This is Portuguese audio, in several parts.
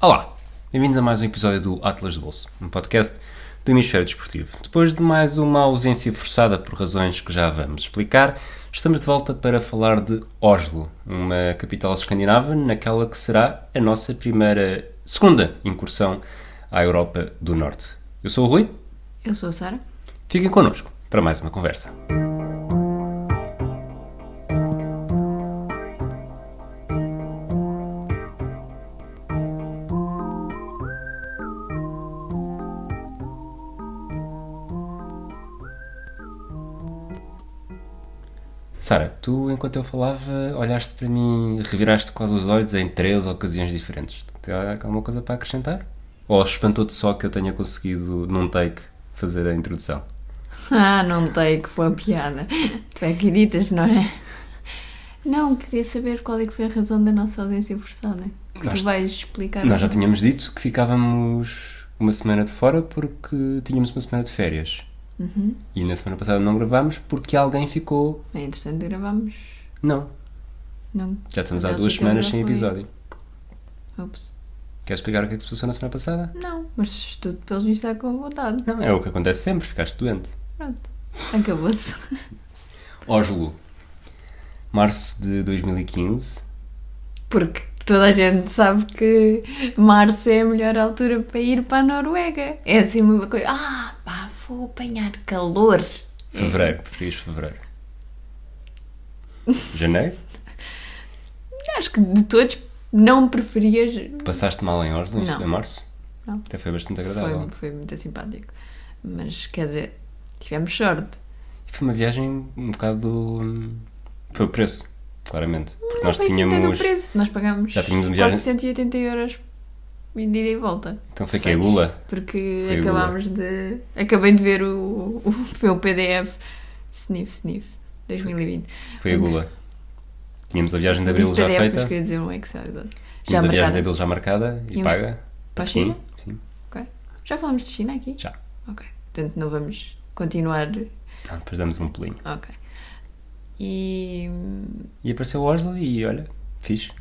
Olá, bem-vindos a mais um episódio do Atlas de Bolso, um podcast do Hemisfério Desportivo. Depois de mais uma ausência forçada por razões que já vamos explicar, estamos de volta para falar de Oslo, uma capital escandinava naquela que será a nossa primeira, segunda incursão à Europa do Norte. Eu sou o Rui, Eu sou a Sara. fiquem connosco para mais uma conversa. Sara, tu, enquanto eu falava, olhaste para mim, reviraste quase os olhos em três ocasiões diferentes. Tem alguma coisa para acrescentar? Ou espantou-te só que eu tenha conseguido, num take, fazer a introdução? Ah, não tem que foi uma piada. Tu é que editas, não é? Não, queria saber qual é que foi a razão da nossa ausência forçada. Que Nós- tu vais explicar. Nós já agora. tínhamos dito que ficávamos uma semana de fora porque tínhamos uma semana de férias. E na semana passada não gravámos porque alguém ficou. Uhum. Bem, entretanto, gravámos. não Não, já estamos há duas semanas sem episódio. Ups. Queres explicar o que é que se passou na semana passada? Não, mas tu, pelos vistos, está com vontade. Não, é o que acontece sempre, ficaste doente. Pronto. Acabou-se. Oslo, março de 2015. Porque toda a gente sabe que março é a melhor altura para ir para a Noruega. É assim uma coisa. Ah, pá, vou apanhar calor. Fevereiro, preferias fevereiro. Janeiro? Acho que de todos não preferias. Passaste mal em Oslo em Não. em março? Não. Até foi bastante agradável. Foi, foi muito simpático. Mas quer dizer, tivemos sorte. Foi uma viagem um bocado. hum, Foi o preço, claramente. Porque Não nós foi assim tanto o tínhamos. preço. Nós pagámos Já tínhamos uma quase viagem- 180 euros de ida e volta. Então foi que Sei. a Gula? Porque Foi a Lula. acabámos de. Acabei de ver o, o meu PDF Sniff Sniff 2020. Foi a Gula. Tínhamos a viagem de Disse Abril já PDF, mas feita. queria dizer um Excel. exato. Já Tínhamos a viagem de marcada. Abril já marcada e Íamos paga. para a Sim, China? sim. Ok. Já falamos de China aqui? Já. Ok. Portanto, não vamos continuar. Ah, depois damos um pulinho. Ok. E. hum, E apareceu Oslo e olha, fixe.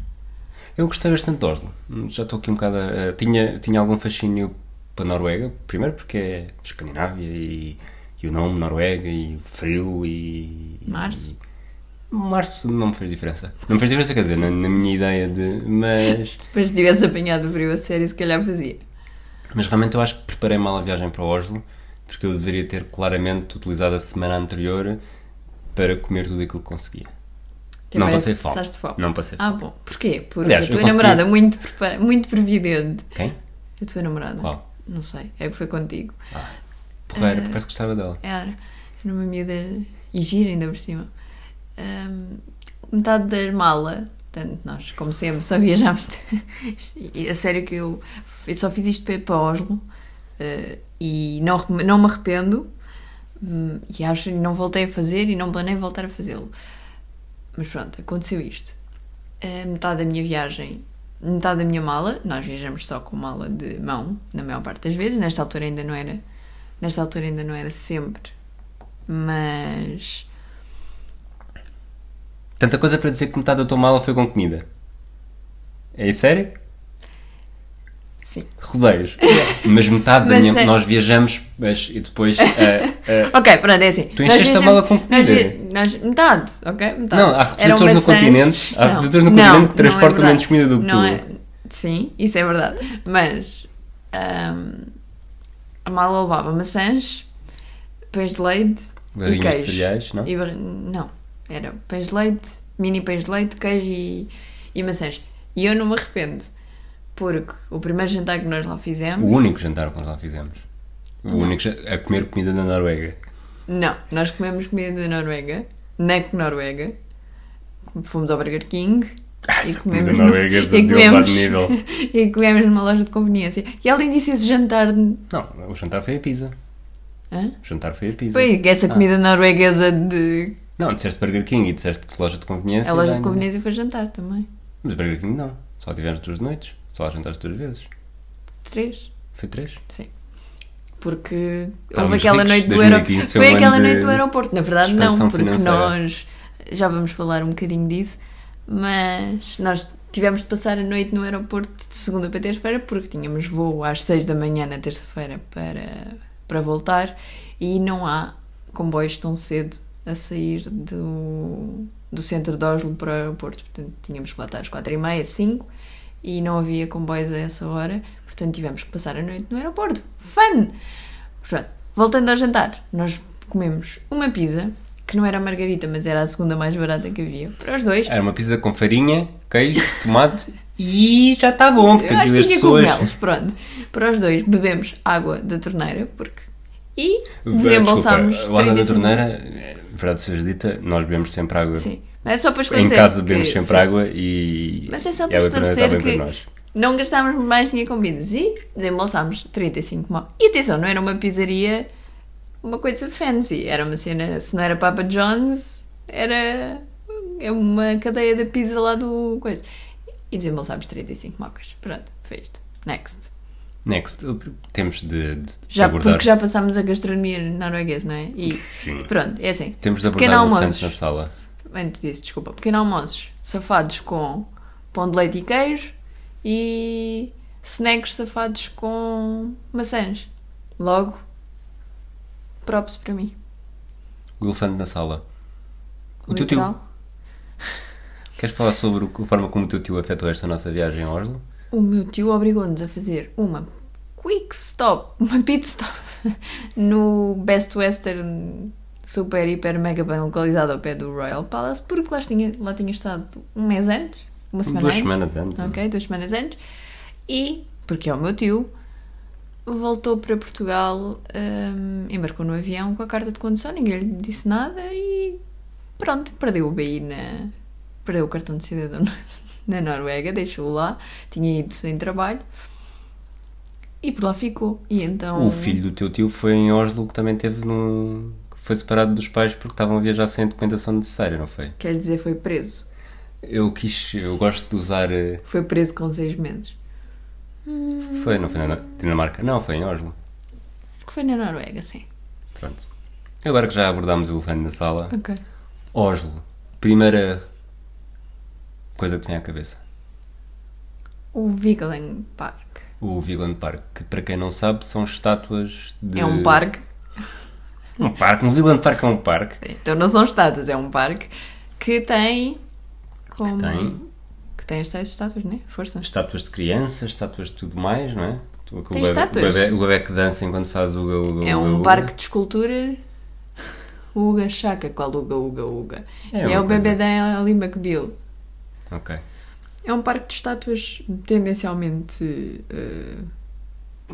Eu gostei bastante de Oslo. Hum, Já estou aqui um bocado. a- a- tinha, tinha algum fascínio pela Noruega, primeiro porque é Escandinávia e, e o nome Noruega e o frio e. Março. e- março não me fez diferença. Não me fez diferença, quer dizer, na, na minha ideia de. Mas, Depois se tivesse apanhado o frio a sério, se calhar fazia. mas realmente eu acho que preparei mal a viagem para Oslo, porque eu deveria ter claramente utilizado a semana anterior para comer tudo aquilo que conseguia. Até não parece passei que fome. passaste fome. Não passei Ah, fome. bom. Porquê? Porque Aliás, a eu tua consegui- namorada, é muito, prepara... muito previdente. Quem? A tua namorada. Qual? Não sei. É que foi contigo. Porreira, porque parece que gostava dela. Era. Era uma miúda. E gira ainda por cima. Ahm, metade da mala. Portanto, nós, como sempre, só viajámos. e a sério que eu. Eu só fiz isto para- para Oslo. eh, e não, arre- não me arrependo. Hum, E acho que não voltei a fazer e não planei voltar a fazê-lo. Mas pronto, aconteceu isto. A metade da minha viagem, metade da minha mala, nós viajamos só com mala de mão, na maior parte das vezes, nesta altura ainda não era, nesta altura ainda não era sempre, mas Tanta coisa para dizer que metade da tua mala foi com comida. É sério? sim. Rodeios. Mas metade da Mas minha. é- Nós viajamos mas, e depois. ah, ah, Ok, pronto, é assim. Tu Nós encheste a viajamos- mala com comida. nós vi- nós- metade, ok? Metade. Não, há Eram reprodutores no maçãs. continente- há Não, reprodutores no não, continente que não é transportam verdade. menos comida do que Não tu. é- Sim, isso é verdade. Mas ahm, a mala levava maçãs, pães de leite e Barrinhas de queijo. cereais, não? E bar- Não, era pães de leite, mini pães de leite, queijo e, e maçãs. E eu não me arrependo, porque o primeiro jantar que nós lá fizemos... o único jantar que nós lá fizemos. O único ja- a comer comida da Noruega. Não, nós comemos comida da Noruega, na Noruega. Fomos ao Burger King e Ah, essa comemos, comida norueguesa e, de elevado comemos nível. e comemos numa loja de conveniência. E além disso, esse jantar. Não, o jantar foi a pizza. Hã? O jantar foi a pizza. Foi essa comida norueguesa de. Não, disseste Burger King e disseste loja de conveniência. A É loja de Assim bem, né? conveniência foi jantar também. Mas Burger King não. Só tivemos duas noites. Só lá jantaste duas vezes. Três. Foi três. Porque houve Estávamos aquela ricos, noite do 2015 aeroporto. foi um Foi ano aquela de noite do aeroporto. Na verdade, não, expansão porque financeira. nós já vamos falar um bocadinho disso, mas nós tivemos de passar a noite no aeroporto de segunda para terça-feira porque tínhamos voo às seis da manhã na terça-feira para, para voltar e não há comboios tão cedo a sair do, do centro de Oslo para o aeroporto. Portanto, tínhamos que lá estar às quatro e meia, cinco e não havia comboios a essa hora, portanto tivemos que passar a noite no aeroporto. Fun! Pronto, voltando ao jantar, nós comemos uma pizza, que não era a margarita, mas era a segunda mais barata que havia, para os dois. Era uma pizza com farinha, queijo, tomate e já está bom, porque Eu acho aquilo que as tinha um pessoas. cogumelos, pronto. Para os dois, bebemos água da torneira, porque... E Desembolsámos. desembolsámos Lá na 35 torneira, é, verdade seja dita, nós bebemos sempre água. Sim, mas é só para Em esclarecer. casa bebemos que- sempre sim. água e. Mas é só e para a água torneira está esclarecer bem que para nós. não gastámos mais dinheiro com bebidas e desembolsámos 35 mal. E atenção, não era uma pizzaria, uma coisa fancy. Era uma cena, se não era Papa John's, era é uma cadeia de pizza lá do coisa. E desembolsámos 35 mocas. Pronto, foi isto. Next. Next, temos de, de- de Já, abordar. porque já passámos a gastronomia norueguesa, não é? E Sim. pronto, é assim. Temos de Pequeno abordar o elefante almoços. na sala. Antes disso, desculpa. Pequeno almoços safados com pão de leite e queijo e snacks safados com maçãs. Logo, props para mim. O elefante na sala. O teu tio. Literal. Queres falar sobre o- a forma como o teu tio afetou esta nossa viagem a Oslo? O meu tio obrigou-nos a fazer uma quick stop, uma pit stop, no Best Western super, hiper, mega bem localizado ao pé do Royal Palace, porque lá tinha, lá tinha estado um mês antes, uma semana Duas antes. semanas antes. é? Ok, duas semanas antes. E, porque é o meu tio, voltou para Portugal, hum, embarcou no avião com a carta de condução, ninguém lhe disse nada e pronto, perdeu o BI na. perdeu o cartão de cidadão na Noruega, deixou-o lá, tinha ido em trabalho e por lá ficou. E então. O filho do teu tio foi em Oslo que também teve num. que foi separado dos pais porque estavam a viajar sem a documentação necessária, não foi? Quer dizer, foi preso. Eu quis. eu gosto de usar. eh, Foi preso com seis meses. Foi, não foi na Dinamarca? Não, foi em Oslo. Acho que foi na Noruega, sim. Pronto. Agora que já abordámos o elefante na sala, Ok. Oslo. Primeira coisa que vem à cabeça. O Vigeland Park. O Vigeland Park, que para quem não sabe são estátuas de... É um parque Um parque, um Vigeland Park é um parque. Então não são estátuas, é um parque que tem como tem. que tem as tais estátuas, né? Força. Estátuas de crianças, estátuas de tudo mais, não é? O Tem bebé- estátuas. O bebé, o bebé que dança enquanto faz o uga, uga, É uga, um uga. parque de escultura Uga Chaka, qual Uga Uga Uga. É É, uma o coisa- bebê da Ali McBeal. Ok. É um parque de estátuas tendencialmente eh,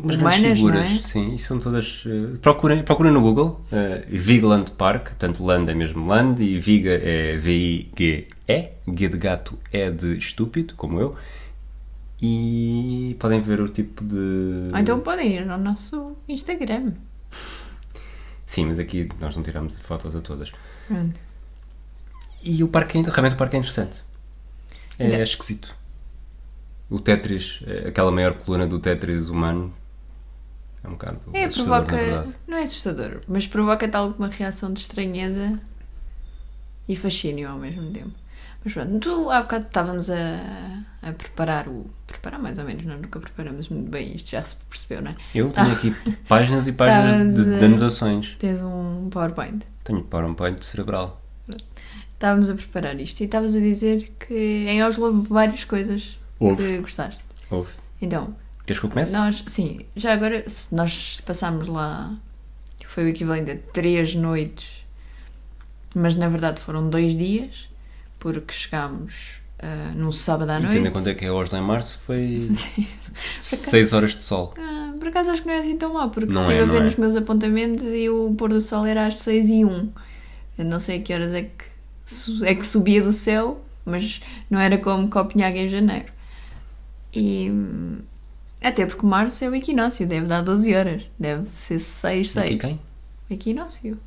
Mas humanas, grandes figuras, não é? sim, e são todas. eh, procurem, procurem no Google eh, Vigeland Park, portanto, Land é mesmo Land e Viga é V-I-G-E, G de gato é de estúpido, como eu, e podem ver o tipo de. Ou então podem ir ao nosso Instagram. Sim, mas aqui nós não tiramos fotos a todas. Pronto. E o parque, é inter- realmente o parque é interessante. É Então- esquisito. O Tetris, eh, aquela maior coluna do Tetris humano, é um bocado. É, assustador, na provoca. verdade. Não é assustador, mas provoca tal uma reação de estranheza e fascínio ao mesmo tempo. Mas pronto, tu há bocado estávamos a, a preparar o. Preparar mais ou menos, não, nunca preparamos muito bem isto, já se percebeu, não é? Eu tenho aqui páginas e páginas de, Estavas, de eh, anotações. Tens um PowerPoint. Tenho PowerPoint cerebral. Estávamos a preparar isto e estavas a dizer que em Oslo houve várias coisas Houve. que gostaste. Ouve. Então, Queres que eu comece? Nós, sim, já agora, se nós passámos lá, foi o equivalente a três noites, mas na verdade foram dois dias, porque chegámos ah, num sábado à E noite. Tendo em conta que é hoje lá em março, foi Sim. 6 horas de sol. Ah, por acaso acho que não é assim tão mal, porque Não estive é, a ver não é. nos meus apontamentos e o pôr do sol era às 6 e 1. Eu não sei a que horas é que, su- é que subia do céu, mas não era como Copenhague em janeiro. E hum, até porque março é o equinócio, deve dar 12 horas, deve ser 6, 6. Aqui quem? Equinócio.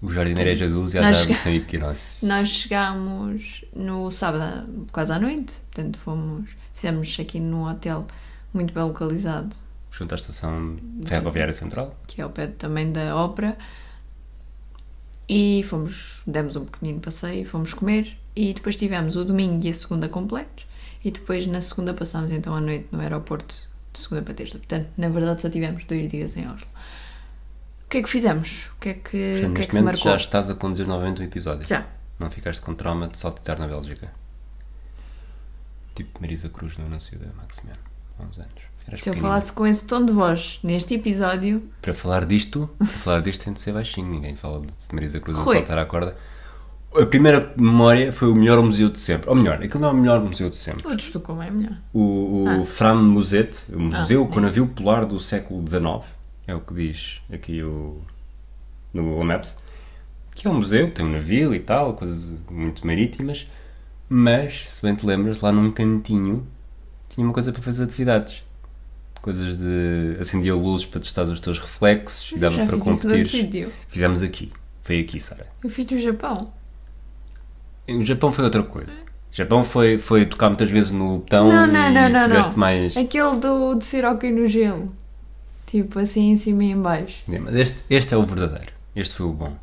O jardineiro é Jesus e a Nós árvore chega- são de Quirós. Nós chegámos no sábado, quase à noite, portanto fomos, fizemos aqui num hotel muito bem localizado Junto à estação ferroviária central. que é ao pé também da ópera. E fomos, demos um pequenino passeio, fomos comer e depois tivemos o domingo e a segunda completos e depois na segunda passámos então à noite no aeroporto de segunda para terça. Portanto, na verdade só tivemos dois dias em Oslo. O que é que fizemos? O que é que, Portanto, o que, é neste que se momento marcou? já estás a conduzir novamente um episódio. Já. Não ficaste com trauma de saltitar na Bélgica. Tipo Marisa Cruz no anúncio da Maximiano, há uns anos. Eras Se eu pequenina. falasse com esse tom de voz neste episódio, Para falar disto, para falar disto tem de ser baixinho. Ninguém fala de Marisa Cruz a Rui. saltar à corda. A primeira memória foi o melhor museu de sempre. Ou melhor, aquilo não é o melhor museu de sempre. outros do como é melhor. O, o Fram Muset, o Museu Ah, com Navio Polar do século XIX, é o que diz aqui o, no Google Maps, que é um museu, tem um navio e tal, coisas muito marítimas, mas, se bem te lembras, lá num cantinho tinha uma coisa para fazer atividades. Coisas de. acendia luzes para testar os teus reflexos e Mas eu dava já para fiz isso noutro competir. sítio. Fizemos aqui. Foi aqui, Sara. Eu fiz no Japão. O Japão foi outra coisa. O Japão foi, foi tocar muitas vezes no botão não, não, e não, não. fizeste não. mais. Aquele do, de ser ok no gelo. Tipo assim em cima e em baixo. Sim, mas este, este é o verdadeiro. Este foi o bom.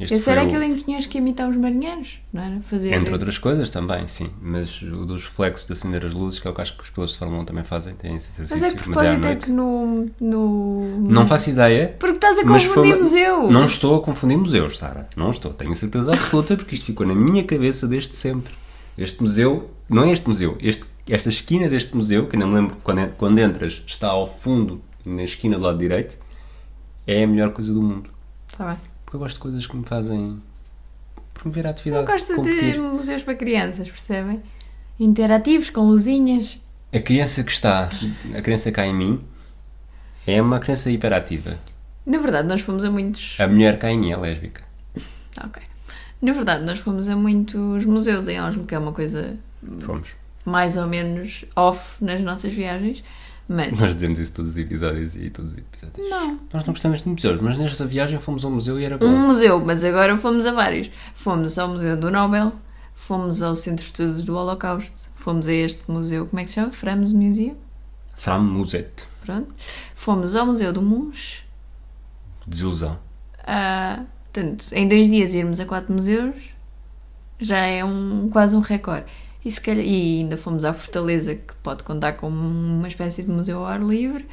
Este Esse foi era o- aquele né? em que tinhas que imitar os marinheiros, não era? Fazer Entre outras coisas também, sim. Mas o dos reflexos de acender as luzes, que é o que acho que os pilotos de Fórmula 1 também fazem, têm esse exercício. Mas é que propósito é noite. que é no. no... Não faço ideia. Porque estás a mas foi confundir uma- museu! Não estou a confundir museus, Sara. Não estou. Tenho certeza absoluta porque isto ficou na minha cabeça desde sempre. Este museu, não é este museu, este, esta esquina deste museu, que ainda me lembro quando, en- quando entras, está ao fundo, na esquina do lado direito, é a melhor coisa do mundo. Está Tá bem. Porque eu gosto de coisas que me fazem promover a atividade. Eu gosto de competir. museus para crianças, percebem? Interativos, com luzinhas. A criança que está, a criança cá em mim, é uma criança hiperativa. Na verdade, nós fomos a muitos. A mulher cá em mim é lésbica. Tá, ok. Na verdade, nós fomos a muitos museus em Oslo, que é uma coisa Fomos. mais ou menos off nas nossas viagens, mas. Nós dizemos isso todos os episódios e todos os episódios. Não. Nós não gostamos de museus, mas nesta viagem fomos a um museu e era bom. um museu, mas agora fomos a vários. Fomos ao Museu do Nobel, fomos ao Centro de Estudos do Holocausto, fomos a este museu, como é que se chama? Frames Museum, Fram Muset. pronto. Fomos ao Museu do Munch. Desilusão. ah, portanto, em dois dias irmos a quatro museus já é um, quase um recorde. E, se calhar- e ainda fomos à Fortaleza, que pode contar como uma espécie de museu ao ar livre,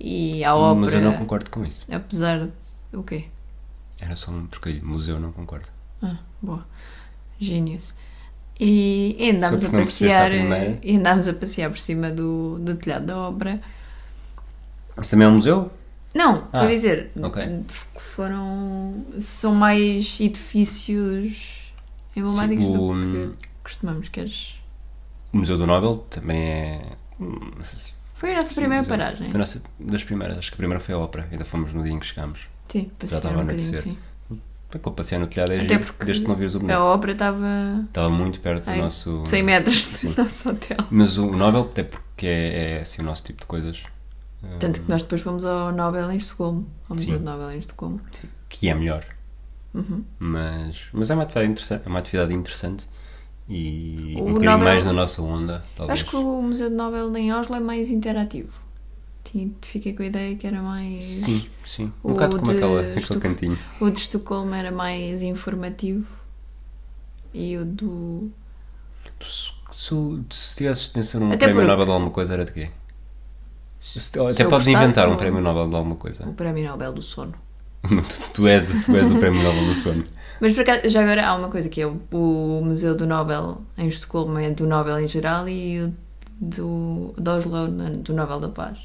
e à ópera. Mas eu não concordo com isso. Apesar de. O quê? Era só um trocadilho. Museu não concordo. Ah, boa. Genius. E e andámos Só a porque não percebeste à passear primeira. e andámos a passear por cima do, do telhado da obra. Mas também é um museu? Não, estou Ah, a dizer, ok. f- foram são mais edifícios emblemáticos Sim, o- do que costumamos, queres? O Museu do Nobel também é. hum, Não sei se Foi a nossa Sim, primeira mas é- paragem. Foi a nossa, das primeiras, acho que a primeira foi a ópera, ainda fomos no dia em que chegámos. Sim, passear estava a um bocadinho, anoitecer. sim. Aquele passeio no telhado é Até giro, porque desde que não vires o boneco. A obra estava Estava muito perto do ai, nosso. 100 metros Sim. do nosso hotel. Mas o Nobel, até porque é, é assim o nosso tipo de coisas, eh, Tanto que nós depois fomos ao Nobel em Estocolmo, ao Museu Sim. de Nobel em Estocolmo. que é melhor. Uhum. Mas, mas é uma atividade interessante, é uma atividade interessante e O um bocadinho Nobel- é mais na nossa onda, talvez. Acho que o Museu de Nobel em Oslo é mais interativo. Tinha- Fiquei com a ideia que era mais. Sim, sim. Um o bocado como de aquela, aquele Estocolmo. cantinho. O de Estocolmo era mais informativo. E o do. Tu, se, se- se tivesses de pensar num Até prémio porque- Nobel de alguma coisa, era de quê? Se- até eu podes gostasse, inventar um eu- prémio Nobel de alguma coisa. O Prémio Nobel do Sono. tu, tu és, tu és o prémio Nobel do sono. Mas por acaso, já agora há uma coisa que é o, o Museu do Nobel em Estocolmo é do Nobel em geral e o do, de Oslo é o no- do Nobel da Paz.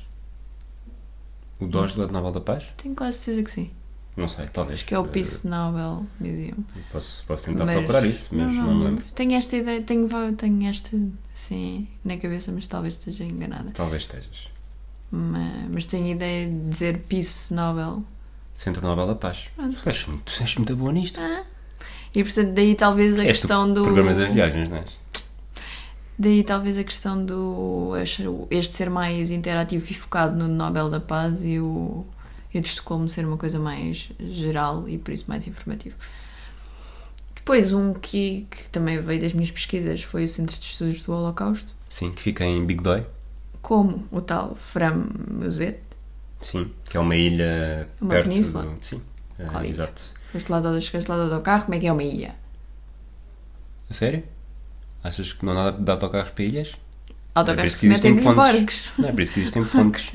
O Dósla de Nobel da Paz? Tenho quase certeza que sim. Não sei, talvez. Que é o Eh, Peace Nobel Museum. Posso, posso tentar procurar isso, mas não, me lembro. Tenho esta ideia, tenho, va- tenho esta assim na cabeça, mas talvez esteja enganada. Talvez estejas. Mas, mas tenho ideia de dizer Peace Nobel. Centro Nobel da Paz. Pronto. Tu és muito, és muito boa nisto. E portanto daí talvez a és tu questão do. programas das viagens, não és? Daí talvez a questão do achar o- este ser mais interativo e focado no Nobel da Paz e o e de Estocolmo ser uma coisa mais geral e por isso mais informativo. Depois um que, que também veio das minhas pesquisas foi o Centro de Estudos do Holocausto. Sim, que fica em Big Doi. como o tal Fram Muset, Sim. Que é uma ilha Uma perto É península. do... Sim, eh, Claro. exato. portanto, chegaste lá de auto- chegaste lá de autocarro, como é que é uma ilha? A sério? Achas que não há de autocarros para ilhas? Não Autocarros que se metem nos barcos. Não é por isso que existem pontos.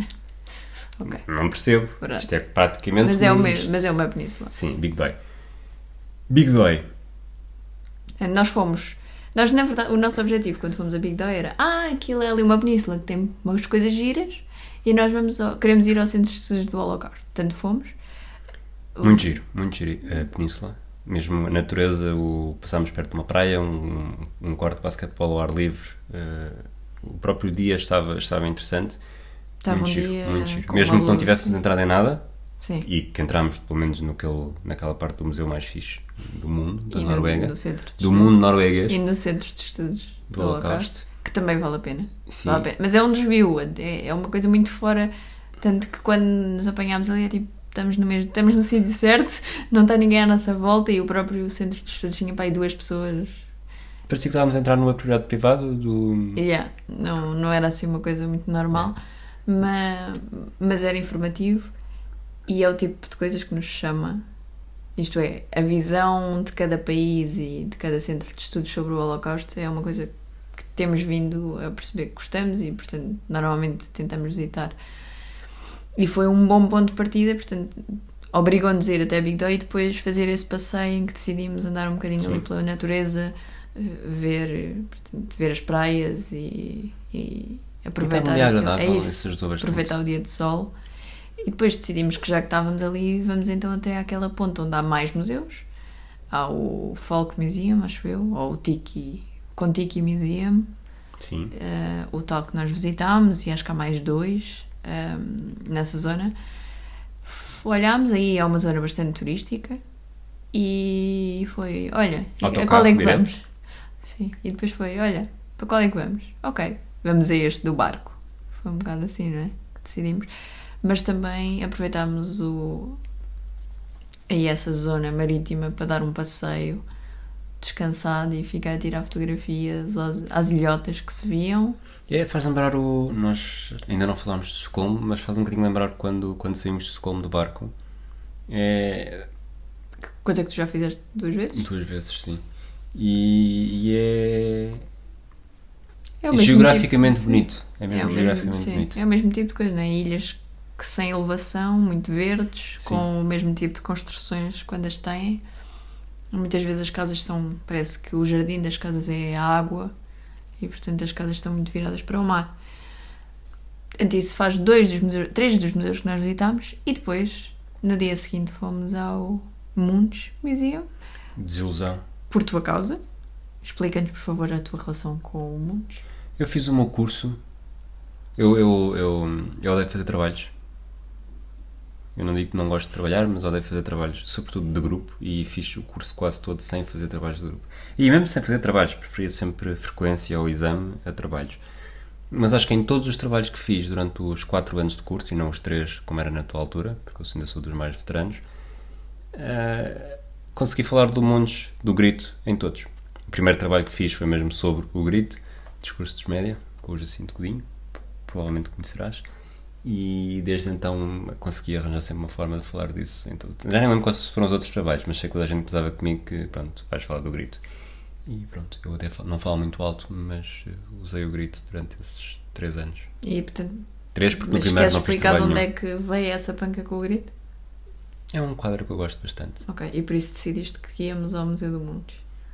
Ok. Não percebo. Pronto. Isto é praticamente. Mas é, um- uma, mas é uma península. Sim, Big Doi. Big Doi. Nós fomos. Nós, na verdade, o nosso objetivo quando fomos a Big Dó era: ah, aquilo é ali uma península que tem umas coisas giras e nós vamos ao- queremos ir ao centro de estudos do Holocausto. Portanto, fomos. Muito giro, muito giro. A península. Mesmo a natureza, o... passámos perto de uma praia, um, um corte de basquetebol ao ar livre. eh, o próprio dia estava, estava interessante. Estava muito um giro, dia muito giro. com Mesmo uma que não luz, tivéssemos entrado em nada Sim. e que entrámos, pelo menos, naquele, naquela parte do museu mais fixe do mundo, da E no- Noruega. do centro de do mundo norueguês. E no centro de estudos do, Do Holocausto, Holocausto. que também vale a pena. Sim. Vale a pena. Mas é um desvio, é, é uma coisa muito fora. Tanto que quando nos apanhámos ali é tipo, estamos no mesmo, estamos no sítio certo, não está ninguém à nossa volta e o próprio centro de estudos tinha para aí duas pessoas. Hum. Parecia que estávamos a entrar numa propriedade privada do. Yeah, não, não era assim uma coisa muito normal, mas, mas era informativo e é o tipo de coisas que nos chama. Isto é, a visão de cada país e de cada centro de estudos sobre o Holocausto é uma coisa que temos vindo a perceber que gostamos e, portanto, normalmente tentamos visitar. E foi um bom ponto de partida, portanto, obrigou-nos a ir até Big Dog e depois fazer esse passeio em que decidimos andar um bocadinho ali Sim. pela natureza, eh, ver, eh, portanto, ver as praias e, e aproveitar. um dia aquilo. agradável, é isso isso, ajudou bastante. aproveitar o dia de sol. E depois decidimos que já que estávamos ali, vamos então até àquela ponta onde há mais museus. Há o Folk Museum, acho eu, ou o Tiki, com Tiki Museum, Sim. eh, o tal que nós visitámos, e acho que há mais dois eh, nessa zona. F- Olhámos, aí é uma zona bastante turística, e foi: olha, a Autocarro qual é que direto. vamos? Sim, e depois foi: olha, para qual é que vamos? Ok, vamos a este do barco. Foi um bocado assim, não é? Que decidimos. Mas também aproveitámos o, aí essa zona marítima para dar um passeio descansado e ficar a tirar fotografias aos- às ilhotas que se viam. É, faz lembrar o. Nós ainda não falámos de Estocolmo, mas faz um bocadinho lembrar quando, quando saímos de Estocolmo do barco. É. Coisa que tu já fizeste duas vezes. Duas vezes, sim. E, e é. É o é mesmo geograficamente tipo de- bonito. É É mesmo o, mesmo, geograficamente sim, bonito. é o mesmo tipo de coisa, não é? Ilhas que sem elevação, muito verdes, Sim. com o mesmo tipo de construções quando as têm. Muitas vezes as casas são. parece que o jardim das casas é a água e portanto as casas estão muito viradas para o mar. Portanto, isso faz dois dos museus, três dos museus que nós visitámos e depois, no dia seguinte, fomos ao Mundos Museum, Desilusão. por tua causa. Explica-nos, por favor, a tua relação com o Mundos. Eu fiz o meu curso. Eu, eu, eu, eu odeio fazer trabalhos. Eu não digo que não gosto de trabalhar, mas odeio fazer trabalhos, sobretudo de grupo, e fiz o curso quase todo sem fazer trabalhos de grupo. E mesmo sem fazer trabalhos, preferia sempre frequência ao exame a trabalhos. Mas acho que em todos os trabalhos que fiz durante os 4 anos de curso, e não os 3, como era na tua altura, porque eu ainda sou dos mais veteranos, eh, consegui falar do Mundos, do grito, em todos. O primeiro trabalho que fiz foi mesmo sobre o grito, Discurso dos Média, com o Jacinto Godinho, provavelmente conhecerás. E desde então consegui arranjar sempre uma forma de falar disso. Em todos. Já nem lembro quais foram os outros trabalhos, mas sei que toda a gente gozava comigo que, pronto, vais falar do grito. E pronto, eu até falo- não falo muito alto, mas eh, usei o grito durante esses 3 anos. E portanto, 3 porque no Mas primeiro queres não fiz explicar de trabalho onde nenhum. é que veio essa panca com o grito? É um quadro que eu gosto bastante. Ok, e por isso decidiste que íamos ao Museu do Mundo.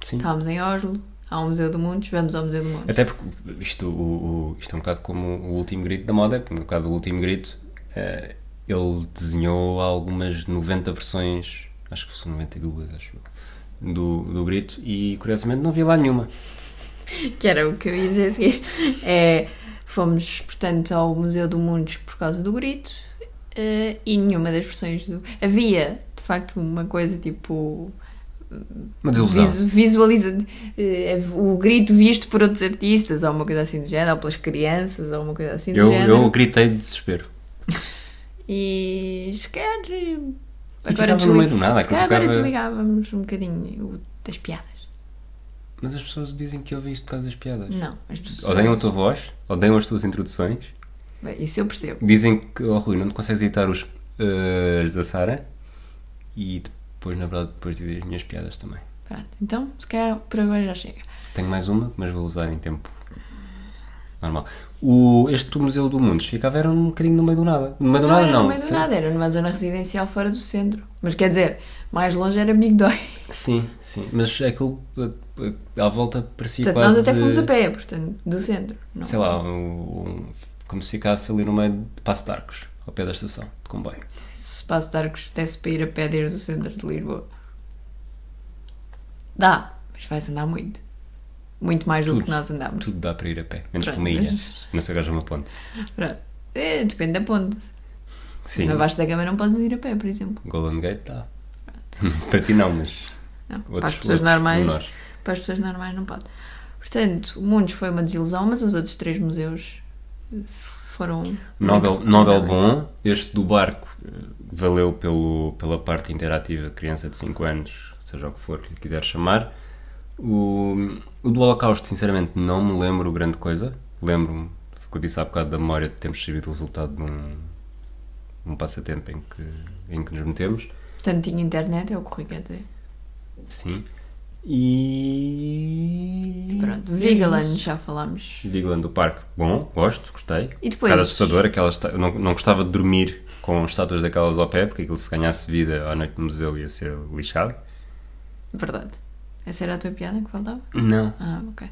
Sim. Estávamos em Oslo, há um Museu do Mundo, vamos ao Museu do Mundo. Até porque isto, o, o- isto é um bocado como o último grito da moda, é porque no caso do último grito, eh, ele desenhou algumas 90 versões, acho que são 92, acho eu, do, do grito, e curiosamente não vi lá nenhuma. Que era o que eu ia dizer a seguir. É, fomos, portanto, ao Museu do Mundo por causa do grito eh, e nenhuma das versões do. Havia, de facto, uma coisa tipo. Uma desilusão. visu- visualiza eh, o grito visto por outros artistas, ou uma coisa assim do género, ou pelas crianças, ou uma coisa assim do Eu, género. eu gritei de desespero. E se calhar. ficava no desliga- meio do nada, se calhar aquilo agora ficava- desligávamos um bocadinho o- das piadas. Mas as pessoas dizem que ouvem isto por causa das piadas. Não, as pessoas. Odeiam a tua voz, odeiam as tuas introduções, Bem, Isso eu percebo. dizem que, oh Rui, não te consegues editar os eh, da Sara, e Depois, na verdade, depois direi as minhas piadas também. Pronto, então, se calhar por agora já chega. Tenho mais uma, mas vou usar em tempo normal. O, este Museu do Mundo ficava era um bocadinho no meio do nada. No meio do nada, era não. no meio do nada, era numa zona residencial fora do centro. Mas quer dizer, mais longe era Big Dói. Sim, sim. Mas aquilo eh, eh, à volta parecia Portanto, quase. nós até fomos a pé, portanto, do centro. Não. é? Sei lá, um- um- como se ficasse ali no meio de Passo de Arcos, ao pé da estação de comboio. Se Passo de Arcos desse para ir a pé desde o centro de Lisboa. Dá, mas vais andar muito. Muito mais do Tudo. que nós andámos. Tudo dá para ir a pé, menos Pronto, por uma ilha, mas- mas se agarras uma ponte. Pronto. É, depende da ponte. Sim, Na Vasco da Gama não podes ir a pé, por exemplo. Golden Gate dá. para ti não, mas Não. outros, para as pessoas outros normais. menores. Para as pessoas normais não pode. Portanto, o Mundos foi uma desilusão, mas os outros três museus foram. Nobel, muito Nobel recomendáveis. bom, este do barco eh, valeu pelo, pela parte interativa, criança de 5 anos, seja o que for que lhe quiser chamar. O, o do Holocausto, sinceramente, não me lembro grande coisa. Lembro-me, foi o que eu disse há bocado da memória, de termos recebido o resultado de um, um passatempo em que, em que nos metemos. Portanto, tinha internet, é o que o Rui quer dizer. Sim. E. Pronto, Vigeland já falámos. Vigeland do Parque, bom, gosto, gostei. E depois- Era assustador, aquelas, esta- eu não, não gostava de dormir com estátuas daquelas ao pé, porque aquilo se ganhasse vida à noite no museu ia ser lixado. Verdade. Essa era a tua piada que faltava? Não. Ah, ok.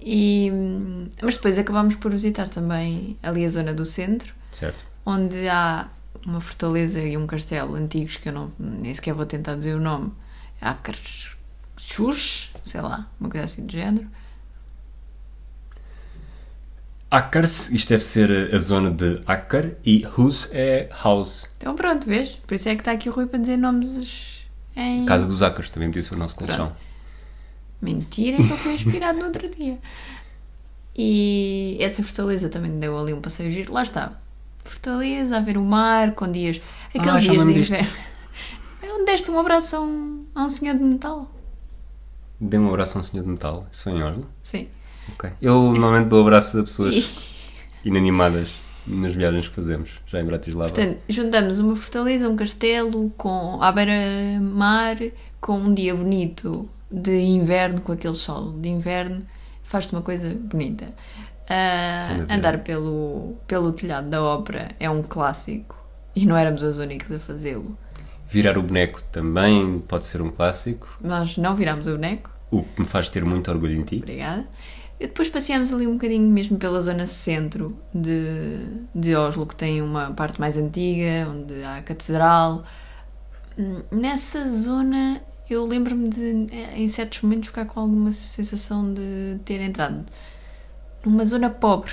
E, hum, mas depois acabámos por visitar também ali a zona do centro, Certo. onde há uma fortaleza e um castelo antigos que eu não, nem sequer vou tentar dizer o nome. Akershus, sei lá, uma coisa assim do género. Akars, isto deve ser a zona de Akar, e Hus é house, Então pronto, vês? Por isso é que está aqui o Rui para dizer nomes em... casa dos Akars, também podia ser o nosso colchão. Mentira que eu fui inspirado no outro dia. E essa fortaleza também deu ali um passeio giro. Lá está. Fortaleza, a ver o mar, com dias. Aqueles Ah, dias de chama-me disto. inverno. É onde deste um abraço a um, a um senhor de metal. Dê um abraço a um senhor de metal, isso foi em Oslo. Sim. Ok. Eu normalmente dou abraços a pessoas E, inanimadas nas viagens que fazemos, já em Bratislava. portanto, juntamos uma fortaleza, um castelo, com, à beira-mar, com um dia bonito de inverno, com aquele sol de inverno. Faz-se uma coisa bonita. Ah, Sem dúvida. andar pelo, pelo telhado da ópera é um clássico. E não éramos os únicos a fazê-lo. Virar o boneco também pode ser um clássico. Nós não virámos o boneco, O que me faz ter muito orgulho em ti. obrigada. E depois passeámos ali um bocadinho mesmo pela zona centro de, de Oslo, que tem uma parte mais antiga, onde há a catedral. Hum, Nessa zona eu lembro-me de, eh, em certos momentos, ficar com alguma sensação de ter entrado numa zona pobre.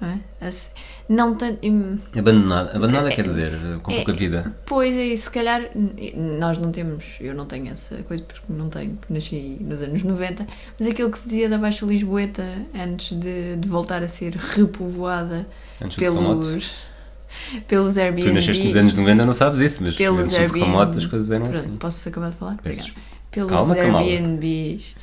Não, é? Assim, não tanto. hum, Abandonada. Abandonada É- quer dizer, eh, com é- pouca vida. Pois é, e se calhar n- nós não temos, eu não tenho essa coisa porque não tenho, porque nasci nos anos 90, mas aquilo que se dizia da Baixa Lisboeta antes de, de voltar a ser repovoada Antes do terremoto. pelos, pelos Airbnb. Tu nasceste nos anos 90, não sabes isso, mas pelos antes do terremoto as coisas eram Pronto, assim. Posso acabar de falar? Peço Obrigada. Pelos Calma, calma. Airbnbs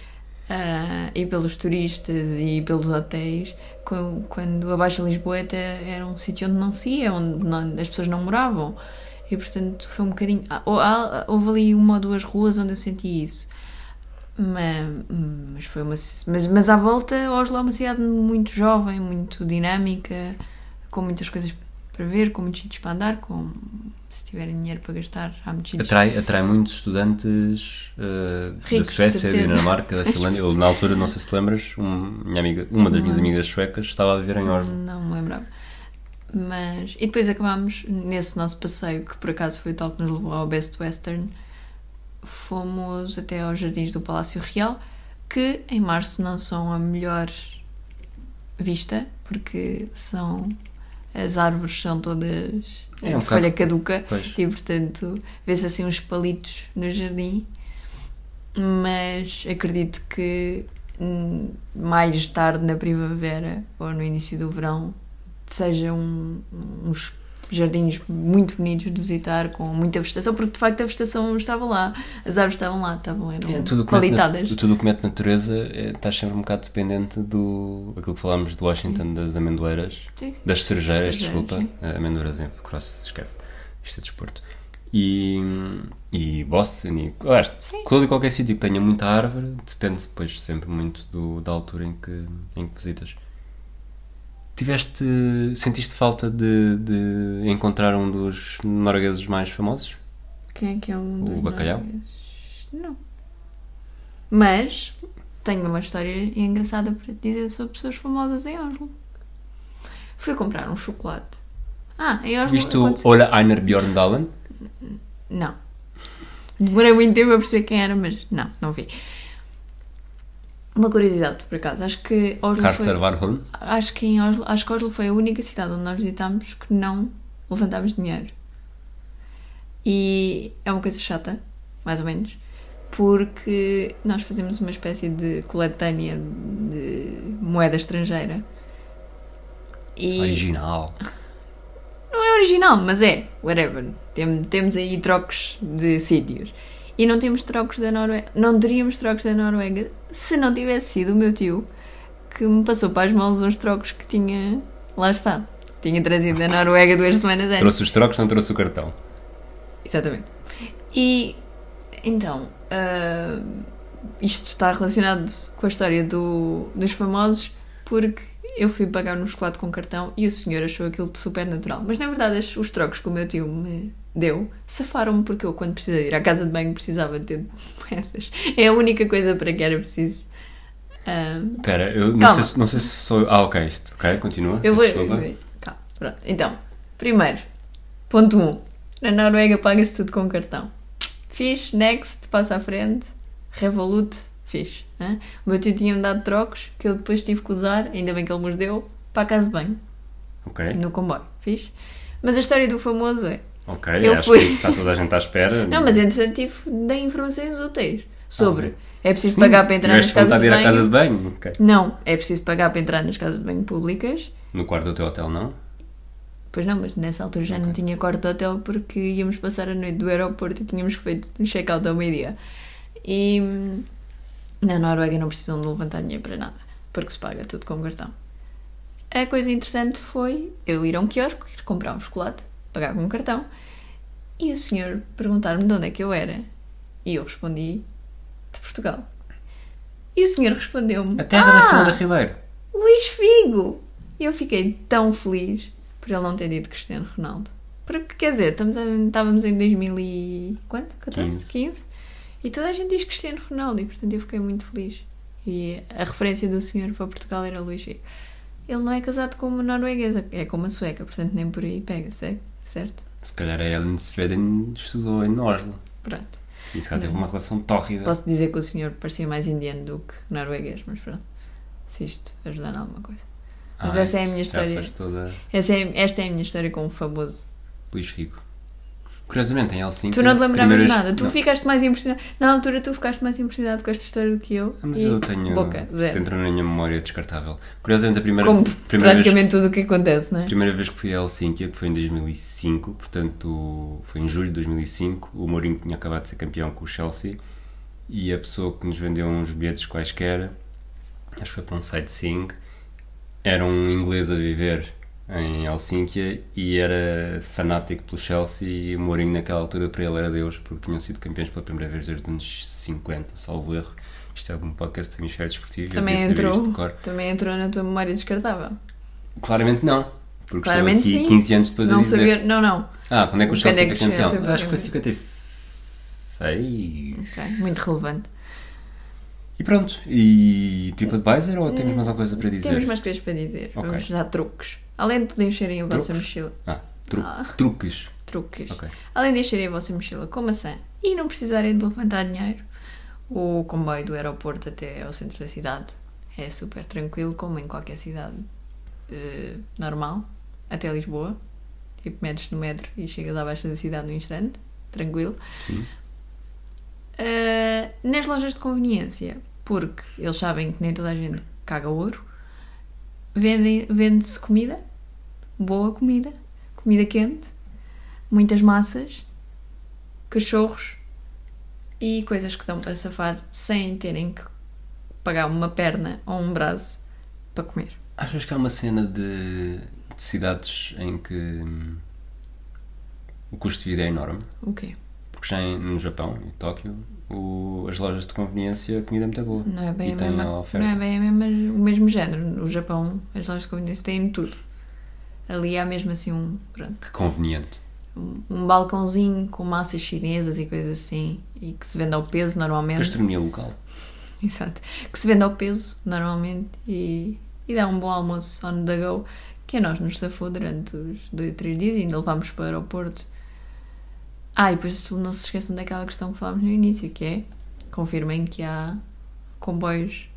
ah, e pelos turistas e pelos hotéis, quan- quando a Baixa Lisboeta era um sítio onde não se ia, onde não- as pessoas não moravam. E portanto foi um bocadinho. ah, hou- há- Houve ali uma ou duas ruas onde eu senti isso. Mas, mas foi uma. Mas, mas à volta, Oslo é uma cidade muito jovem, muito dinâmica, com muitas coisas para ver, com muitos sítios para andar, com. Se tiverem dinheiro para gastar, há muitos sítios. Atrai, atrai muitos estudantes eh, Ricos, da de Suécia, da certeza. Dinamarca, da Finlândia. Eu, na altura, não sei se te lembras, um- minha amiga, uma das Uhum. minhas amigas suecas estava a viver em Oslo. Não me lembrava. Mas. E depois acabámos nesse nosso passeio, que por acaso foi o tal que nos levou ao Best Western. Fomos até aos jardins do Palácio Real, que em março não são a melhor vista, porque são. As árvores são todas É, de um folha caduca Pois. e portanto vê-se assim uns palitos no jardim mas acredito que hum, mais tarde na primavera ou no início do verão sejam uns jardins muito bonitos de visitar com muita vegetação, porque de facto a vegetação estava lá, as árvores estavam lá, estavam eram É, tudo o que mete na- qualitadas. tudo o que mete natureza eh, estás sempre um bocado dependente do. aquilo que falámos de Washington, das amendoeiras. Sim, sim. Das cerejeiras, Cerejeiras, desculpa. Eh, sim. Amendoeiras em cross, esquece. Isto é desporto. e, e Boston e aliás, Sim. todo e qualquer sítio que tenha muita árvore, depende depois sempre muito do- da altura em que, em que visitas. Tiveste, sentiste falta de, de encontrar um dos noruegueses mais famosos? Quem é que é um dos O bacalhau? noruegueses? Não. Mas tenho uma história engraçada para te dizer sobre pessoas famosas em Oslo. Fui comprar um chocolate. Ah, em Oslo. Viste o aconteceu- Ola Einar Bjørndalen? Não. Demorei muito tempo a perceber quem era, mas não, não vi. Uma curiosidade, por acaso. Acho que Oslo Karster foi... Warholm? Acho que, em Oslo, acho que Oslo foi a única cidade onde nós visitámos que não levantámos dinheiro. E é uma coisa chata, mais ou menos, porque nós fazemos uma espécie de coletânea de moeda estrangeira. E Original. não é original, mas é, whatever. Tem- temos aí trocos de sítios. E não temos trocos da Noruega. Não teríamos trocos da Noruega se não tivesse sido o meu tio que me passou para as mãos uns trocos que tinha. Lá está. Tinha trazido da Noruega duas semanas antes. Trouxe os trocos, não trouxe o cartão. Exatamente. E então, ah, isto está relacionado com a história do- dos famosos, porque eu fui pagar um chocolate com cartão e o senhor achou aquilo super natural. Mas na verdade, as- os trocos que o meu tio me deu safaram-me, porque eu, quando precisei de ir à casa de banho, precisava de ter moedas. É a única coisa para que era preciso. ah, Espera, eu não Calma. sei, se, não sei se sou. Ah, ok, isto. Ok, continua. eu vou. Desculpa. Calma, pronto. Então, primeiro, ponto 1. Um, na Noruega paga-se tudo com cartão. Fiz, next, passa à frente, Revolut, fiz. hã? O meu tio tinha-me dado trocos que eu depois tive que usar, ainda bem que ele me os deu, para a casa de banho, Ok, no comboio, fiz. Mas a história do famoso é. ok. Eu acho fui. que isso está toda a gente à espera. Não, mas entretanto tive dei informações úteis sobre. ok. É preciso pagar para entrar nas Ah, tiveste vontade casas de de ir banho. à casa de banho? Ok. Não, é preciso pagar para entrar nas casas de banho públicas. No quarto do teu hotel, não? Pois não, mas nessa altura já não tinha quarto de hotel porque íamos passar a noite do aeroporto e tínhamos feito um check-out ao meio-dia. E hum, na Noruega não precisam de levantar dinheiro para nada, porque se paga tudo com cartão. A coisa interessante foi eu ir a um quiosque, ir comprar um chocolate, pagar com cartão, e o senhor perguntar-me de onde é que eu era. E eu respondi, de Portugal. E o senhor respondeu-me... A terra da "Ah, Fernanda Ribeiro. Luís Figo! Eu fiquei tão feliz por ele não ter dito Cristiano Ronaldo. Porque, quer dizer, estamos a- estávamos em 2000 e... quanto? 14? 15. Quinze. E toda a gente diz Cristiano Ronaldo e, portanto, eu fiquei muito feliz. E a referência do senhor para Portugal era Luís Figo. Ele não é casado com uma norueguesa, é com uma sueca, portanto nem por aí pega, se- certo? Se calhar a Ellen Sveden estudou em Oslo. Pronto. E se calhar teve Não. uma relação tórrida. Posso dizer que o senhor parecia mais indiano do que norueguês, mas pronto. Se isto ajudar em alguma coisa. mas essa é a isso minha já história. faz toda Essa é- esta é a minha história com o famoso Luís Figo. Curiosamente, em Helsinki... Tu não te lembravas de primeiras- nada, tu Não. ficaste mais impressionado. Na altura, tu ficaste mais impressionado com esta história do que eu. Ah, Mas e eu tenho... Boca, isso zero. entrou na minha memória descartável. Curiosamente, a primeira, Como primeira vez praticamente tudo o que acontece, não é? primeira vez que fui a Helsínquia, que foi em 2005, portanto foi em julho de 2005, o Mourinho tinha acabado de ser campeão com o Chelsea e a pessoa que nos vendeu uns bilhetes quaisquer, acho que foi para um sightseeing, era um inglês a viver em Helsínquia e era fanático pelo Chelsea e o Mourinho naquela altura para ele era Deus porque tinham sido campeões pela primeira vez desde os anos 50, salvo erro. Isto é um podcast de hemisfério desportivo, Também eu devia saber isto entrou, de cor. também entrou na tua memória descartável. Claramente não. Porque Claramente estou aqui sim. 15 anos depois a não dizer. sabia. Não, não. Ah, quando é que o Quando é Chelsea que foi campeão? Chelsea foi acho que foi campeão? 56. Ok, muito relevante. E pronto. E TripAdvisor ou temos mais alguma coisa para dizer? Temos mais coisas para dizer. Ok. Vamos dar truques. Além de encherem a vossa Truques? mochila. Ah, tru- Ah. truques. Truques. Ok. Além de encherem a vossa mochila com maçã e não precisarem de levantar dinheiro, o comboio do aeroporto até ao centro da cidade é super tranquilo, como em qualquer cidade eh, normal, até Lisboa. Tipo, metes no metro e chegas à baixa da cidade no instante, tranquilo. Sim. Eh, nas lojas de conveniência, porque eles sabem que nem toda a gente caga ouro, vendem- vende-se comida, boa comida, comida quente, muitas massas, cachorros e coisas que dão para safar sem terem que pagar uma perna ou um braço para comer. Achas que há uma cena de, de cidades em que hum, o custo de vida é enorme, O quê? porque já em- no Japão, em Tóquio, o- as lojas de conveniência, a comida é muito boa. Não é bem, e a tem mesma, a não oferta. é bem a mesma, o mesmo género. No Japão, as lojas de conveniência têm tudo. Ali há mesmo assim um, pronto, Que conveniente. um- um balcãozinho com massas chinesas e coisas assim, e que se vende ao peso normalmente. Gastronomia local. Exato. Que se vende ao peso normalmente e, e dá um bom almoço on the go, que a nós nos safou durante os dois, três dias e ainda levámos para o aeroporto. Ah, e depois não se esqueçam daquela questão que falámos no início, que é confirmem que há comboios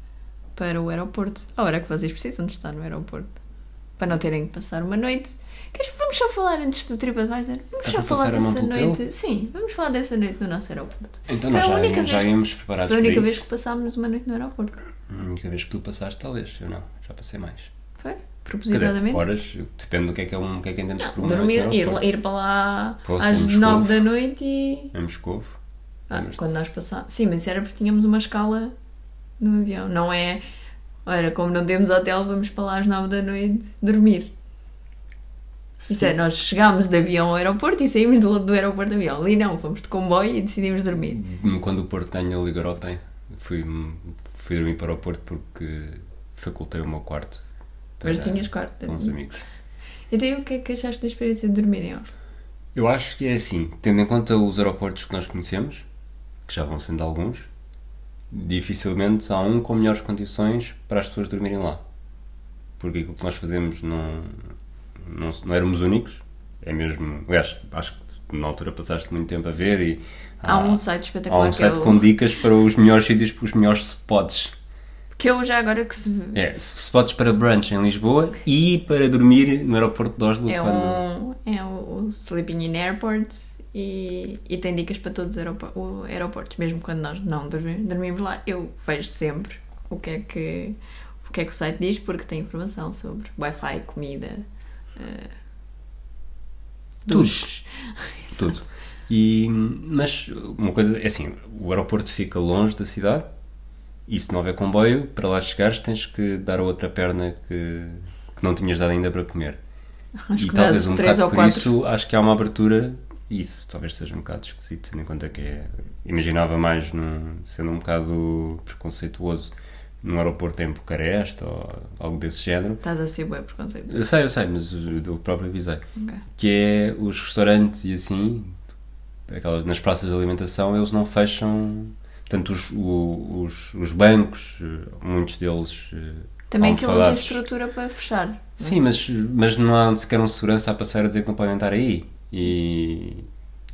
para o aeroporto. A hora que vocês precisam de estar no aeroporto. Para não terem que passar uma noite. Queres- Vamos só falar antes do TripAdvisor? Vamos Estás só a falar É passar a mão dessa pelo noite. Sim, vamos falar dessa noite no nosso aeroporto. Então Foi nós a já, única já vez- íamos preparados Foi a única para vez é isso. que passámos uma noite no aeroporto. Hum, A única vez que tu passaste, talvez. Eu não, já passei mais. Foi? Quer dizer, Propositadamente? horas, depende do que é que, é um, o que, é que entendemos por não, uma noite dormir, no ir, aeroporto. ir para lá Pô, às sermos 9 fofos. da noite e. Em Moscovo. Ah, Lembras-te? quando nós passámos. Sim, mas era porque tínhamos uma escala no avião. Não é. Ora, como não temos hotel, vamos para lá às 9 da noite dormir. Isto é, Sim. nós chegámos de avião ao aeroporto e saímos do, do aeroporto de avião. Ali não, fomos de comboio e decidimos dormir. Hum, Quando o Porto ganhou a Liga Europa, hein, fui, fui dormir para o Porto porque facultei o meu quarto. Mas para- tinhas quarto. tá com uns amigos. Então e o que é que achaste da experiência de dormir em Oslo? Eu acho que é assim, tendo em conta os aeroportos que nós conhecemos, que já vão sendo alguns, dificilmente há um com melhores condições para as pessoas dormirem lá. Porque aquilo que nós fazemos não, não, não éramos únicos, é mesmo. Aliás, acho que na altura passaste muito tempo a ver e. Há um site Ah, há espetacular um que, é site o, com dicas para os melhores sítios, para os melhores spots. que eu já agora que se vê. É, spots para brunch em Lisboa e para dormir no aeroporto de Oslo. É quando... um, é o o Sleeping in Airports e, e tem dicas para todos os aeropo- o- aeroportos, mesmo quando nós não dormi- dormimos lá. Eu vejo sempre o que é que, o que, é que o site diz, porque tem informação sobre Wi-Fi, comida, eh, Tudo. duches. Exato. tudo. E, mas uma coisa é assim: o aeroporto fica longe da cidade e se não houver comboio, para lá chegares tens que dar a outra perna que, que não tinhas dado ainda para comer. Acho e que dás talvez um 3 bocado ou por 4. isso acho que há uma abertura. e Isso talvez seja um bocado esquisito, tendo em conta que é. Imaginava mais num, sendo um bocado preconceituoso num aeroporto em Bucareste ou algo desse género. Estás a ser bué preconceito. Eu sei, eu sei, mas eu eu próprio avisei Ok. que é os restaurantes e assim, aquelas, nas praças de alimentação, eles não fecham. Portanto, os, o- os, os bancos, eh, muitos deles. eh, Também aquilo não tem almofadados. estrutura para fechar. não é? Sim, mas, mas não há sequer um segurança a passar a dizer que não podem estar aí. E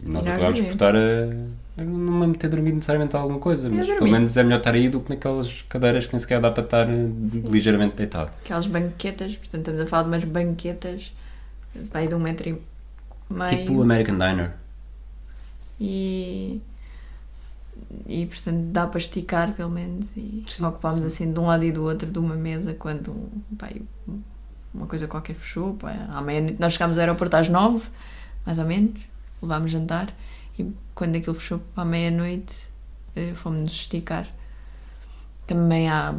nós Nós acabámos por dormimos. estar a. Não me ter dormido necessariamente alguma coisa, mas pelo dormi. menos é melhor estar aí do que naquelas cadeiras que nem sequer dá para estar eh, ligeiramente deitado. Aquelas banquetas, portanto estamos a falar de umas banquetas pá, aí de um metro e meio. Tipo o American Diner. e e portanto dá para esticar pelo menos e ocupámos assim de um lado e do outro de uma mesa quando um- pá, um- uma coisa qualquer fechou pá, à meia nós chegámos ao aeroporto às nove mais ou menos levámos jantar e quando aquilo fechou à meia-noite eh, fomos-nos esticar também há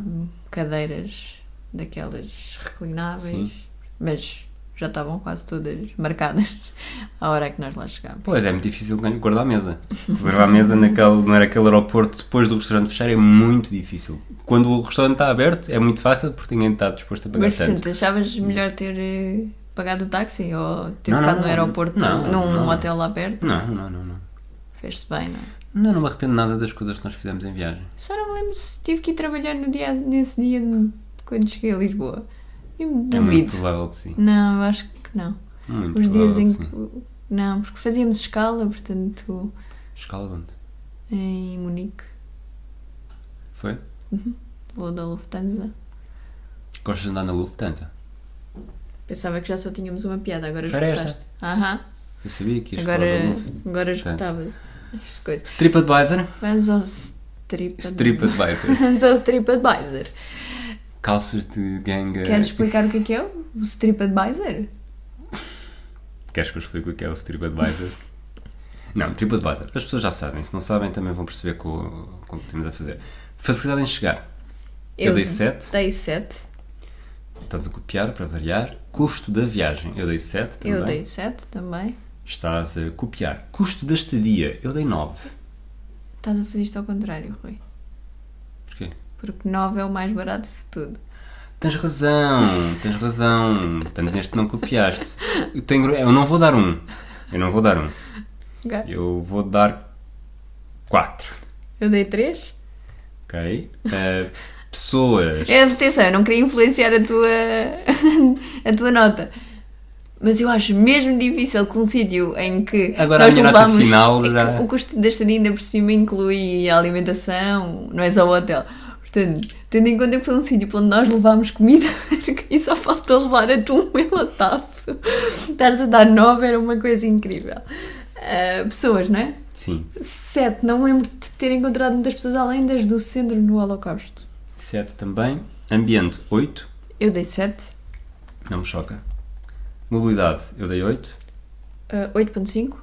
cadeiras daquelas reclináveis Sim. mas já estavam quase todas marcadas à hora que nós lá chegámos Pois, é muito difícil ganhar- guardar a mesa. Guardar a mesa naquele, naquele aeroporto depois do restaurante fechar é muito difícil. Quando o restaurante está aberto é muito fácil porque ninguém está disposto a pagar Mas, portanto, tanto. achavas melhor ter eh, pagado o táxi ou ter Não, ficado não, no não. aeroporto, Não, num não. hotel lá perto? Não, não, não, não. Fez-se bem, não é? Não, não me arrependo nada das coisas que nós fizemos em viagem. Só não me lembro se tive que ir trabalhar no dia, nesse dia de- quando cheguei a Lisboa. Eu É muito duvido. provável que sim. não, eu acho que não. Muito Os provável dias em que sim. que. Não, porque fazíamos escala, portanto, Escala de onde? em Munique, Foi? ou da Lufthansa. Gostas de andar na Lufthansa? Pensava que já só tínhamos uma piada, agora Era esta. escutaste. Aham, Eu sabia que ias agora, falar da Lufthansa. agora escutavas as coisas. TripAdvisor? Vamos ao strip. TripAdvisor. Vamos ao TripAdvisor. Calças de ganga. Queres explicar o que é que é o TripAdvisor? Queres que eu explique o que é o TripAdvisor? não, TripAdvisor. As pessoas já sabem. Se não sabem, também vão perceber com, com o que temos a fazer. Facilidade em chegar. Eu, dei 7. Dei 7. Estás a copiar para variar. Custo da viagem. Eu dei 7 também. Eu dei 7 também. Estás a copiar. Custo da estadia. Eu dei 9. Estás a fazer isto ao contrário, Rui. Porquê? Porque 9 é o mais barato de tudo. Tens razão, tens razão. Portanto, neste não copiaste. Eu, tenho- eu não vou dar um. Eu não vou dar um. Ok? Eu vou dar 4. Eu dei 3? Ok? Eh, pessoas. É, atenção, eu não queria influenciar a tua, a tua nota. Mas eu acho mesmo difícil que um sítio em que Agora a minha nota final é que já- o custo da estadia ainda por cima inclui a alimentação, não é só o hotel. Portanto, tendo em conta que foi um sítio para onde nós levámos comida e só faltou levar atum e lataço, estares a dar 9 era uma coisa incrível. Ah, pessoas, não é? Sim. 7, não me lembro de ter encontrado muitas pessoas além das do centro no Holocausto. 7 também. Ambiente, 8. Eu dei 7. Não me choca. Mobilidade, eu dei 8. Ah, 8.5?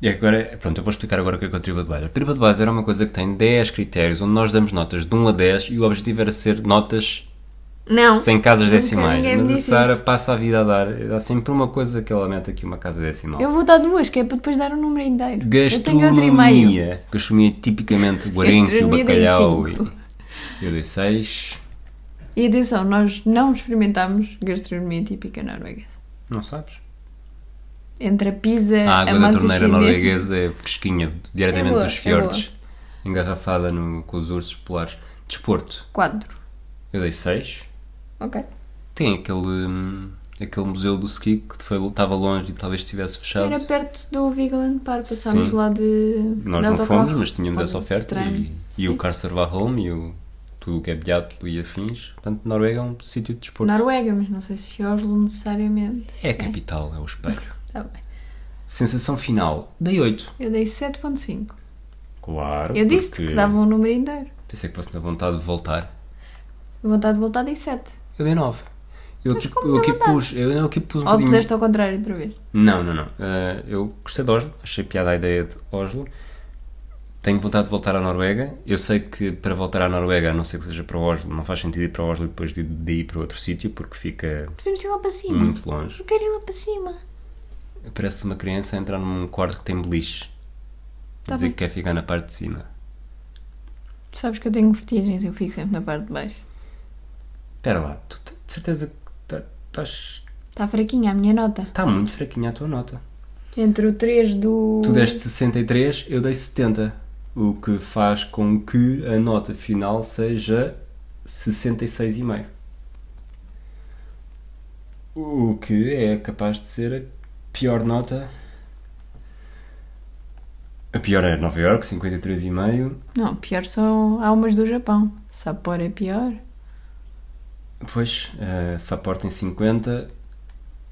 E agora, pronto, eu vou explicar agora o que é, que é o TripAdvisor. O TripAdvisor é uma coisa que tem 10 critérios, onde nós damos notas de 1 a 10 e o objetivo era ser notas Não. sem casas Nunca decimais. ninguém me Mas a disse Sara isso. passa a vida a dar, dá sempre uma coisa que ela mete aqui uma casa decimal. Eu vou dar duas, que é para depois dar o número inteiro. Eu tenho outro e meio. Gastronomia. Gastronomia é tipicamente guarenque, o Gastronomia tem bacalhau. E, cinco. eu dei 6. E atenção, nós não experimentámos gastronomia típica norueguesa. Não sabes? Entre a pizza, A a água da massa torneira chinesa- norueguesa é fresquinha, diretamente É boa, dos é boa. fiordes, engarrafada no, com os ursos polares. Desporto, Quatro. eu dei 6. Ok. Tem aquele, hum, aquele museu do ski que foi, estava longe e talvez estivesse fechado. Era perto do Vigeland Park, passámos Sim. lá de Nós de não autocarro. fomos, mas tínhamos Ou essa de oferta. trem. E, e o Carcer Valholm e o, tudo o que é Beatle e afins. Portanto, Noruega é um sítio de desporto. Noruega, mas não sei se Oslo necessariamente. É a capital, é o espelho. Tá bem. Sensação final, dei 8. Eu dei 7.5. Claro. Eu disse-te porque que dava um número inteiro. Pensei que fosse na vontade de voltar. Vontade de voltar dei 7. Eu dei 9. Eu Mas aqui, como eu deu aqui vontade? pus, eu, eu aqui pus um Ou bocadinho. Oh, puseste ao contrário outra vez. Não, não, não. Eh, eu gostei de Oslo, achei piada a ideia de Oslo. Tenho vontade de voltar à Noruega. Eu sei que para voltar à Noruega, a não ser que seja para Oslo, não faz sentido ir para Oslo e depois de, de ir para outro sítio, porque fica Podemos ir lá para cima. muito longe. Eu quero ir lá para cima. Parece uma criança a entrar num quarto que tem beliche. Tá dizer bem. que quer ficar na parte de cima. Sabes que eu tenho vertigens, eu fico sempre na parte de baixo. Espera lá, tu tu- de certeza que tá- estás. Está fraquinha a minha nota. Está muito fraquinha a tua nota. Entre o 3 do. Tu deste 63, eu dei 70. O que faz com que a nota final seja 66,5. O que é capaz de ser a pior nota. A pior é Nova York, 53,5. Não, pior são almas do Japão. Sapor é pior. Pois, eh, Sapporo tem 50.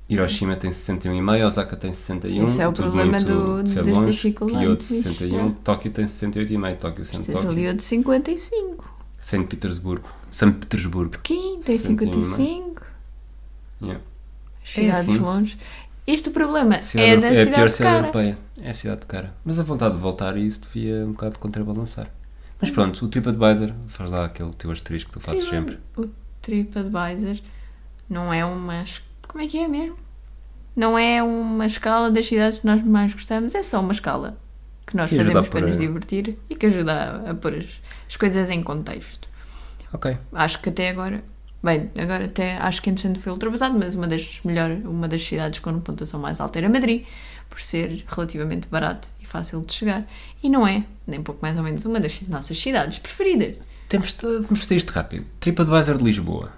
Hiroshima tem 61,5, Osaka tem 61, Esse é o tudo problema muito do- de ser das longe, dificuldades, Kyoto 61, é. Tóquio tem 68,5, Tóquio Tens sendo Tóquio. ali o de 55. São Petersburgo. São Petersburgo. Pequim tem Sim, tem 55. Yeah. Chegados assim. longe. Este o problema Cidade é euro- da a pior cidade de cidade cara. europeia. É a cidade de cara. Mas a vontade de voltar e isso devia um bocado contrabalançar. Mas pronto, o TripAdvisor, faz lá aquele teu asterisco que tu fazes sempre. um O TripAdvisor não é uma. es- Como é que é mesmo? Não é uma escala das cidades que nós mais gostamos, é só uma escala que nós Que ajuda fazemos a para pôr nos a- divertir e que ajuda a, a pôr as, as coisas em contexto. Ok. Acho que até agora. Bem, agora até acho que entretanto foi ultrapassado, mas uma das melhor, uma das cidades com pontuação mais alta era Madrid, por ser relativamente barato e fácil de chegar. E não é, nem pouco mais ou menos, uma das nossas cidades preferidas. Temos de, vamos fazer isto rápido. TripAdvisor de Lisboa.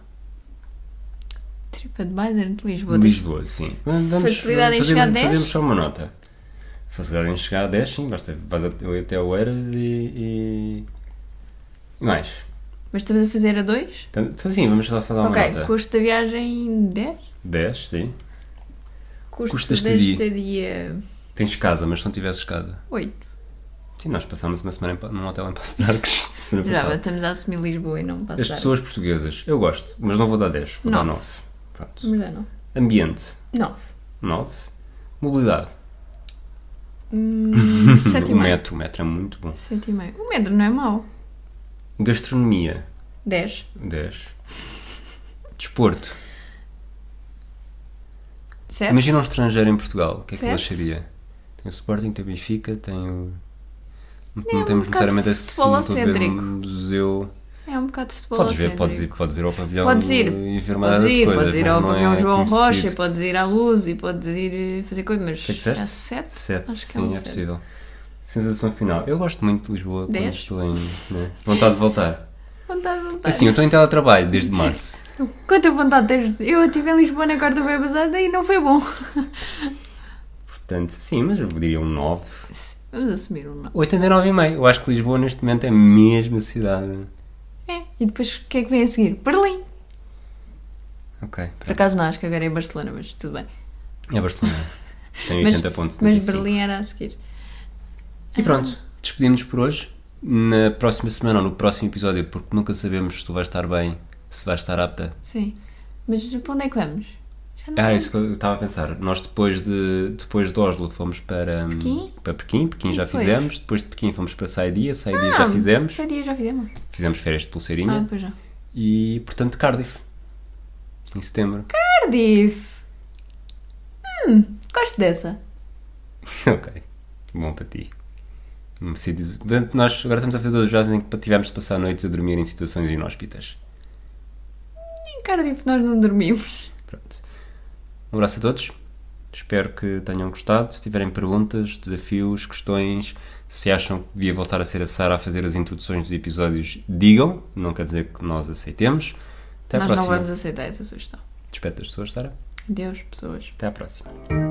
TripAdvisor de Lisboa. deixa- Lisboa, sim. Vamos, Facilidade em fazer- chegar a 10? Fazemos só uma nota. Facilidade em chegar a 10, sim. Basta, vais até, até o Eras e... e... e mais. Mas estamos a fazer a 2? Então, então, sim, vamos só só dar uma ok, nota. custo da viagem 10? 10, sim. Custo, Custo da da estadia. estadia Tens casa, mas se não tivesses casa. 8. Sim, nós passámos uma semana em Pa- num hotel em Passo de Arcos. semana Já, passada. estamos a assumir Lisboa e não passar. As pessoas portuguesas, eu gosto, mas não vou dar 10, vou dar Nove. 9. Pronto. Mas já não. Ambiente, 9. 9. Mobilidade, Hum, o 7,5. metro, o metro é muito bom. 7,5. O metro não é mau. Gastronomia, 10. 10. Desporto, Certo? Imagina um estrangeiro em Portugal, o que é que ele Certo. acharia? Tem o Sporting, tem o Benfica, tem o. Não, É um temos bocado necessariamente assim futebol um todo ver cêntrico. um museu. É um bocado de futebol Podes ver, excêntrico. podes ir, podes ir ao pavilhão Podes ir, e ver uma Podes data de ir, coisas, podes ir mas ao não é pavilhão João conhecido. Rocha, podes ir à luz e podes ir eh, fazer coisas, mas que disseste? há sete? Sete, Acho que sim, é um é, sete. possível. Sensação final. Eu gosto muito de Lisboa quando Dez? estou em. né? Vontade de voltar. Vontade, vontade. Assim, eu estou em teletrabalho desde março. Quanta vontade tens? Eu estive em Lisboa na quarta-feira passada e não foi bom. Portanto, sim, mas eu diria um 9. Vamos assumir um não. 89,5. Eu acho que Lisboa neste momento é mesmo a cidade. É, e depois o que é que vem a seguir? Berlim! Ok. Por acaso não, acho que agora é Barcelona, mas tudo bem. É Barcelona. Tem Mas, 80 pontos. mas Berlim era a seguir. E pronto, despedimos-nos por hoje. Na próxima semana ou no próximo episódio, porque nunca sabemos se tu vais estar bem, se vais estar apta. Sim. Mas para onde é que vamos? Já Ah, é lembro. isso que eu estava a pensar. Nós depois de, depois de Oslo fomos para hum, Pequim? para Pequim, Pequim E já depois? fizemos. Depois de Pequim fomos para Saidia, Saidia Ah, já fizemos. Esse dia já fizemos. Fizemos férias de Ah, pulseirinha. pois já. E portanto Cardiff. Em setembro. Cardiff! Hum, gosto dessa. Ok. Bom para ti. Não preciso dizer- Portanto, nós agora estamos a fazer duas viagens em que tivemos de passar noites a dormir em situações inóspitas. Em Cardiff nós não dormimos. Pronto. Um abraço a todos. Espero que tenham gostado. Se tiverem perguntas, desafios, questões, se acham que devia voltar a ser a Sara a fazer as introduções dos episódios, digam. Não quer dizer que nós aceitemos. Até à nós não próxima. vamos aceitar essa sugestão. Despede das pessoas, Sara. Deus, pessoas. Até à próxima. Tchau.